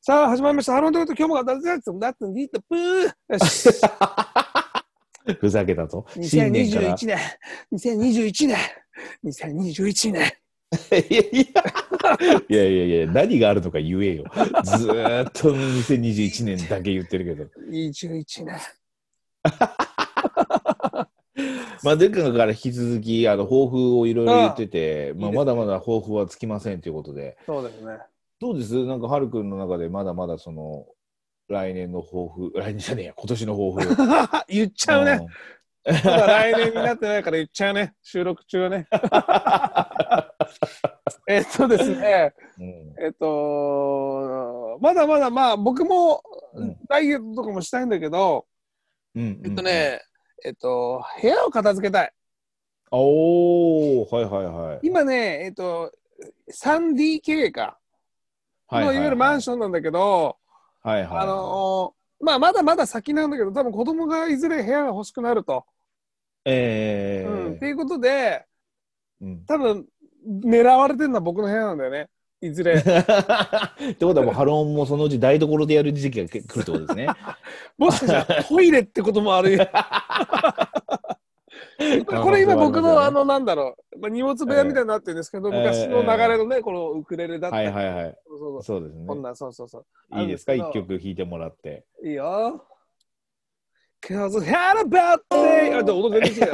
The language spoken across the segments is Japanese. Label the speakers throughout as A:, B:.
A: さあ、始まりました。ハロンドと今日も脱落だってにっとぷーよし。
B: ふざけたぞ。 新年から。
A: 2021年、2021年、2021年。
B: いやいや、いやいやいや、何があるのか言えよ。 ずーっと2021年だけ言ってるけど。
A: 21年。
B: まあ、デカから引き続き、あの、抱負をいろいろ言ってて、ま
A: い
B: あ、
A: いです
B: まだまだ抱負はつきませんということで。
A: そうですね。
B: どうですなんか、はるくんの中でまだまだその、来年の抱負、来年じゃねえや、今年の抱負。
A: 言っちゃうね。まだ来年になってないから言っちゃうね。収録中はね。えっとですね、
B: うん。うん
A: えっと、まだまだまあ、僕も
B: うん
A: ダイエットとかもしたいんだけど、
B: うん
A: えっと。ね、えっと、部屋を片付けたい。
B: おー、はいはいはい。
A: 今ね、えっと、3DK か。
B: はは
A: のいわゆるマンションなんだけど、
B: はいはいはい。
A: あのーまあ、まだまだ先なんだけど、多分子供がいずれ部屋が欲しくなると。
B: ええ
A: うん、っていうことで、
B: うん
A: 多分狙われてるのは僕の部屋なんだよね、いず れ。
B: ってことはもうハロンもそのうち台所でやる時期が来るってことです ね。
A: もしかしたらトイレってこともある よ。これ今僕のあのなんだろう、まあ、荷物部屋みたいになってるんですけど、
B: え
A: 昔
B: え
A: の流れのね、このウクレレだった
B: は
A: り、
B: いはいはい。
A: そうそうそう
B: そうですね
A: こん。な、そうそうそう。
B: いいですか
A: あるんです
B: 一
A: けど
B: 曲弾いてもらって。
A: いいよ。Cause I had a bad day! あ、で音出てきたよ。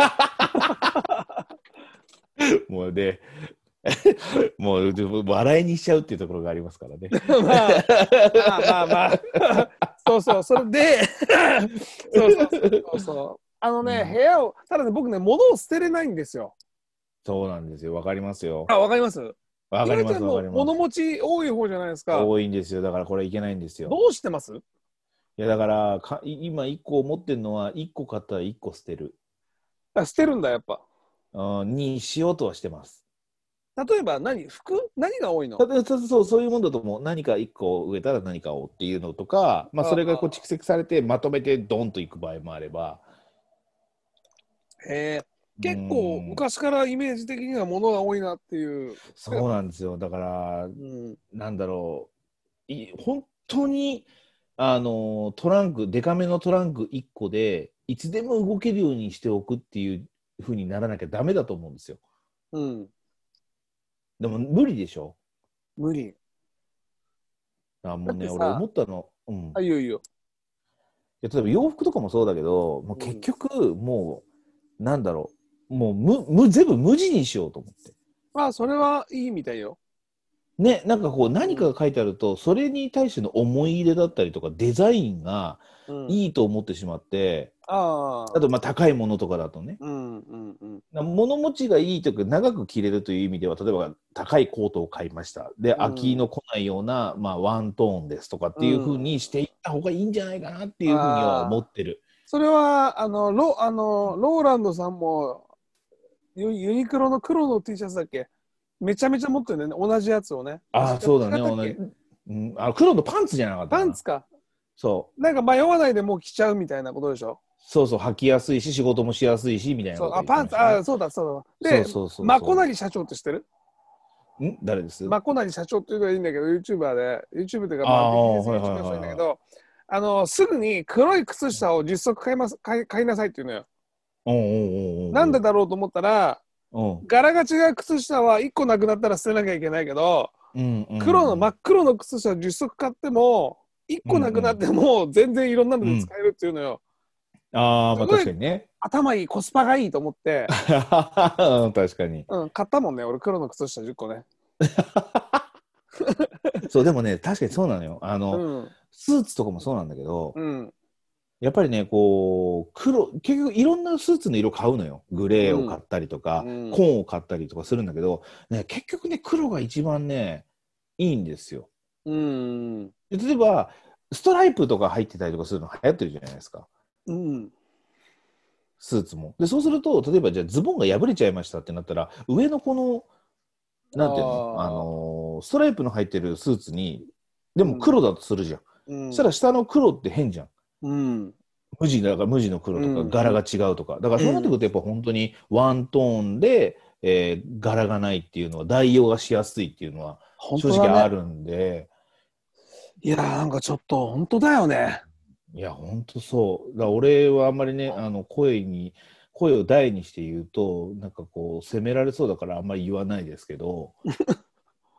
B: もうで、もうでも笑いにしちゃうっていうところがありますからね。
A: まあ、まあ まあまあ。そうそう、それ で、そうそうそうそう。あのね、
B: うん
A: 部屋を、ただね、僕ね、物を捨てれないんですよ。
B: そうなんですよ。わかりますよ。
A: あ、わかりますわ
B: わかりますわかり
A: 物
B: ま
A: 持ち多い方じゃないです
B: す。
A: か。
B: 多いんですよ。だからこれいけないんですよ。
A: どうしてます
B: いやだからか今一個持ってるのは一個買ったら一個捨てる。
A: あ捨てるんだ、やっぱ。
B: うんにしようとはしてます。
A: 例えば何服何が多いの
B: ただただそうそういうもんだと思う何か1個植えたら何かをっていうのとか、ま
A: あ
B: あ、
A: ー
B: それがこう蓄積されてまとめてドンといく場合もあれば
A: へえ結構
B: うん
A: 昔からイメージ的には物が多いなっていう。
B: そうなんですよだから
A: うん、
B: なんだろうい本当にあのトランクデカめのトランク1個でいつでも動けるようにしておくっていう風にならなきゃダメだと思うんですよ
A: うん、
B: でも無理でしょ
A: 無理。
B: あもうね
A: だって
B: 俺
A: さ
B: 思ったの、うん
A: あ、、いいよいいよ。
B: いや例えば洋服とかもそうだけど
A: う
B: もう
A: ん
B: 結局もう、なんだろうもう無無全部無地にしようと思って
A: まあ、それはいいみたいよ。
B: ねなんかこう何かが書いてあると、それに対しての思い入れだったりとかデザインが
A: うん、い
B: いいと思ってしまって、
A: ああ。
B: あとまあ高いものとかだとね
A: うんうんうん。
B: な物持ちがいいというか長く着れるという意味では例えば高いコートを買いましたで、
A: うん
B: 秋の来ないような、まあ、ワントーンですとかっていうふうにしていった方がいいんじゃないかなっていうふうには思ってる。
A: それはあのロあのローランドさんもユユニクロの黒の T シャツだっけめちゃめちゃ持ってるね同じやつをね
B: ああそうだね
A: 違ったっ
B: 同
A: け
B: じ、うん、あ黒のパンツじゃなかったかな
A: パンツか
B: そう
A: なんか迷わないでもう着ちゃうみたいなことでしょ
B: そうそう履きやすいし仕事もしやすいしみたいな
A: そう
B: こと言
A: あ
B: って
A: パンツ
B: ましたね
A: あそうだそうだで
B: そうそうそうそう
A: マコナリ社長って知ってる
B: ん誰です、
A: マコナリ社長っていうのはいいんだけど YouTuber で YouTube っていうかま
B: あ
A: あ
B: ー
A: BTS
B: はい
A: の
B: はいはい
A: YouTuber さんだけどあのすぐに黒い靴下を10足買います買い買いなさいっていうのよ
B: うんうんうんうん
A: なんでだろうと思ったら
B: うん
A: 柄が違う靴下は1個なくなったら捨てなきゃいけないけど
B: うんうん
A: 黒の真っ黒の靴下10足買っても1個なくなっても全然いろんなので使えるっていうのよ、
B: ああま
A: す
B: あ
A: ごい
B: 確かにね
A: 頭いいコスパがいいと思って、
B: うん確かに
A: うん、買ったもんね俺黒の靴下10個ね、
B: そうでもね確かにそうなのよあ
A: う
B: の、
A: ん
B: スーツとかもそうなんだけど、
A: うん、
B: やっぱりねこう黒結局いろんなスーツの色買うのよグレーを買ったりとか、
A: うん
B: コーンを買ったりとかするんだけど、ね、結局ね黒が一番ねいいんですよ
A: うん
B: で例えばストライプとか入ってたりとかするの流行ってるじゃないですか
A: うん
B: スーツもでそうすると例えばじゃあズボンが破れちゃいましたってなったら上のこのなんていうの
A: あー
B: あのーストライプの入ってるスーツにでも黒だとするじゃ
A: う
B: ん、
A: ん
B: そしたら下の黒って変じゃん
A: うん
B: 無地だから無地の黒と
A: う
B: か
A: ん
B: 柄が違うとか、だからそうなってくるとやっぱ本当にワントーンで、えー柄がないっていうのは代用がしやすいっていうのは
A: 本
B: 正
A: 当だね
B: 直あるんで、
A: いやー、なんかちょっと、本当だよね。
B: いや、ほんとそう。だから俺はあんまりね、あの声に、声を大にして言うと、なんかこう、責められそうだからあんまり言わないです けど、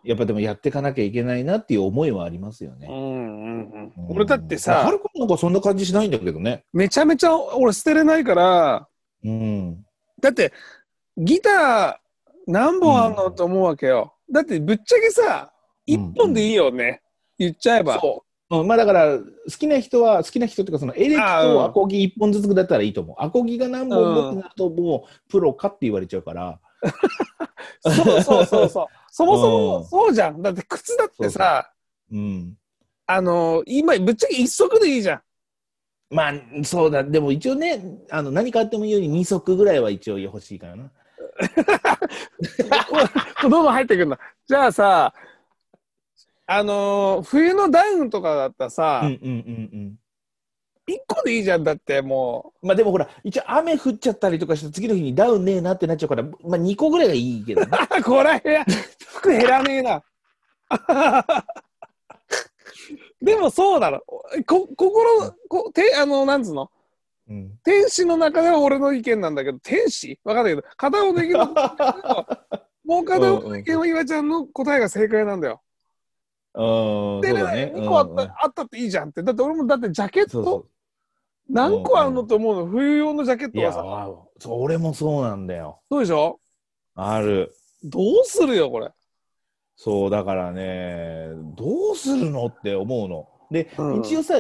B: やっぱでもやっていかなきゃいけないなっていう思いはありますよ
A: う
B: ね。
A: んうんうん。
B: うん
A: 俺だって
B: は
A: さ
B: る、くんなんかそんな感じしないんだけどね。
A: めちゃめちゃ俺捨てれないから、
B: うん。
A: だって、ギター何本あんの、
B: うん
A: と思うわけよ。だって、ぶっちゃけさ、
B: うん
A: 1本でいいよね。言っちゃえば。
B: そう。うん、まあだから、好きな人は、好きな人っていうか、そのエレキ
A: あーうん
B: とアコギ1本ずつだったらいいと思う。アコギが何本もってなると、もうプロかって言われちゃうから。
A: そうそうそう そう。そもそも
B: うん
A: そうじゃん。だって靴だってさ、
B: うん。
A: あのー今ぶっちゃけ一足でいいじゃん。
B: まあ、そうだ。でも一応ね、あの何かあってもいいように2足ぐらいは一応欲しいからな。
A: どんどん入ってくるの。じゃあさ、あのー冬のダウンとかだったらさ、
B: うんうんうんうん。
A: 1個でいいじゃん。だっても
B: まあでもほら、一応雨降っちゃったりとかして、次の日にダウンねえなってなっちゃうから、まあ2個ぐらいがいいけ どね。
A: う、 こら部屋、服減らねえな。 でもそうだろ。こ心こて、あの、なんつうの
B: うん、
A: 天使の中では俺の意見なんだけど、天使わかんないけど、片方の意見 も、もう片方の意見は岩ちゃんの答えが正解なんだよ。
B: そ
A: で、
B: う
A: ね
B: だね。
A: 2個あった,、
B: うんうん
A: あったっていいじゃんって。だって俺もだってジャケット
B: そうそ
A: 何個あんのと思うの冬用のジャケッ
B: う。い
A: ト
B: や、
A: はさ。
B: わそう俺もそうなんだよ。
A: そうでしょ
B: ある。
A: どうするよ、これ。
B: そうだからねどうするのって思うの。で、
A: うん
B: 一応さ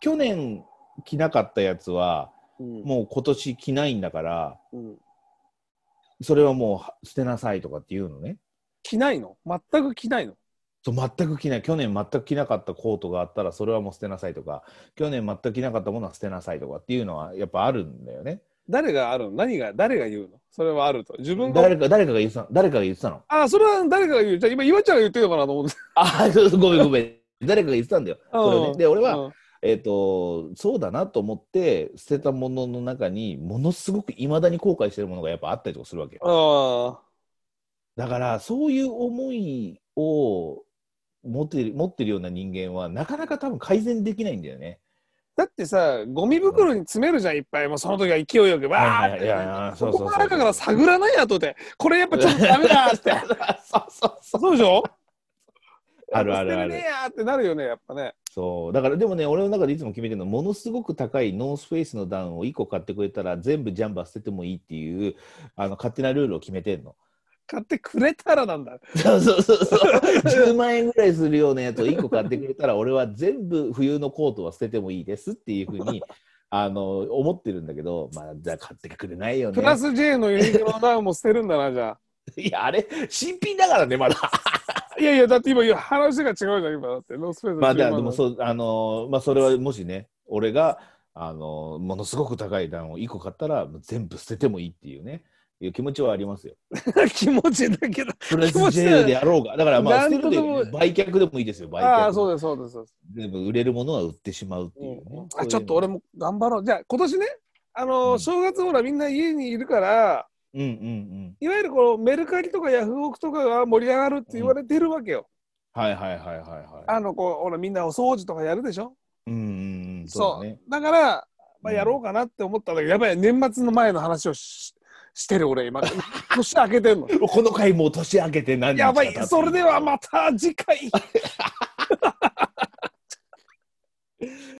B: 去年着なかったやつは
A: も
B: もう今年着ないんだから
A: うん、
B: それはもうは捨てなさいとかって言うのね。
A: 着ないの全く着ないの
B: そう全く着ない去年全く着なかったコートがあったらそれはもう捨てなさいとか去年全く着なかったものは捨てなさいとかっていうのはやっぱあるんだよね。
A: 誰があるの何が、誰が言うのそれはあると。自分が。
B: 誰か誰かが言ってた誰かが言ってたの。
A: あ、それは誰かが言う。じゃあ今、岩ちゃんが言ってるのかなと思って。
B: ああごめんごめん誰かが言ってたんだよ。 それをねで俺は、
A: うん
B: えっとそうだなと思って捨てたものの中にものすごくいまだに後悔してるものがやっぱあったりとかするわけよ
A: ああ。
B: だからそういう思いを持ってる持ってるような人間はなかなか多分改善できないんだよね。
A: だってさ、ゴミ袋に詰めるじゃん、いっぱい。もうその時は勢いよく、わ
B: はいはいいやい
A: ー
B: や
A: って。
B: そ
A: そう
B: そ
A: こ
B: うそう
A: の中から探らないやとで、これやっぱちょっとダメだーって。
B: そうそうそう
A: そうでしょ
B: あるある
A: 捨てれ
B: あ
A: ね
B: る
A: えやーってなるよね、やっぱね。
B: そうだからでもね俺の中でいつも決めてるのはものすごく高いノースフェイスのダウンを1個買ってくれたら全部ジャンバー捨ててもいいっていうあの勝手なルールを決めてんの。
A: 買ってくれたらなんだ。
B: そうそうそうそう10万円ぐらいするようなやつを1個買ってくれたら俺は全部冬のコートは捨ててもいいですっていうふ うにあの思ってるんだけどまあじゃあ買ってくれないよね
A: プラス J のユニクロのダウンも捨てるんだな、じゃあ。
B: いやあれ新品だからねまだ
A: いやいや、だって今、話が違うじゃん、今。だって、ノースペース
B: まあだからでもそうあのまあそれはもしね俺があのものすごく高い段を1個買ったらもう全部捨ててもいいっていうねいう気持ちはありますよ。
A: う。 気持ちだけど。
B: プラ
A: 気持
B: ス
A: ちだよ
B: J であろうが。だからま
A: な
B: あ捨
A: ん
B: て
A: と
B: る
A: で
B: で
A: も
B: 売却でもいいですよ。売却
A: ああ、そうです、そうですそうです。
B: 全部売れるものは売ってしまうっていうね。
A: うん
B: そうい
A: あ
B: う
A: ちょっと俺
B: も。
A: も頑張ろう。じゃあ、今年ね、あのー
B: うん
A: 正月ほら、みんな家にいるから、
B: うんうんうん。
A: いわゆるこうメルカリとかヤフオクとかが盛り上がるって言われてるわけよ。
B: はいはいはいはいはい。
A: あのこうほらみんなお掃除とかやるでしょ。
B: うんうんうん。
A: そう
B: そうだね。
A: だから、まあ、
B: うん
A: やろうかなって思ったんだけど、やばい年末の前の話をししてる俺 今年明けてんの。
B: この回もう年明けて何日
A: や
B: か
A: ば
B: 経って
A: いそれではまた次回。